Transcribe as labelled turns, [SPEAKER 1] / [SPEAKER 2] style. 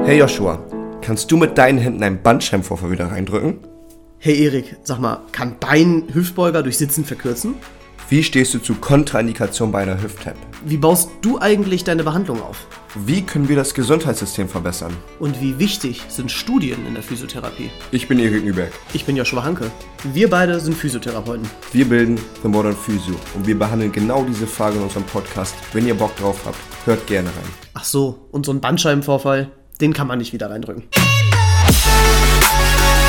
[SPEAKER 1] Hey Joshua, kannst du mit deinen Händen einen Bandscheibenvorfall wieder reindrücken?
[SPEAKER 2] Hey Erik, sag mal, kann Bein Hüftbeuger durch Sitzen verkürzen?
[SPEAKER 1] Wie stehst du zu Kontraindikation bei einer Hüft-Tap?
[SPEAKER 2] Wie baust du eigentlich deine Behandlung auf?
[SPEAKER 1] Wie können wir das Gesundheitssystem verbessern?
[SPEAKER 2] Und wie wichtig sind Studien in der Physiotherapie?
[SPEAKER 1] Ich bin Erik Nüberg.
[SPEAKER 2] Ich bin Joshua Hanke. Wir beide sind Physiotherapeuten.
[SPEAKER 1] Wir bilden The Modern Physio und wir behandeln genau diese Frage in unserem Podcast. Wenn ihr Bock drauf habt, hört gerne rein.
[SPEAKER 2] Ach so, und so ein Bandscheibenvorfall, den kann man nicht wieder reindrücken.
[SPEAKER 3] Thank you.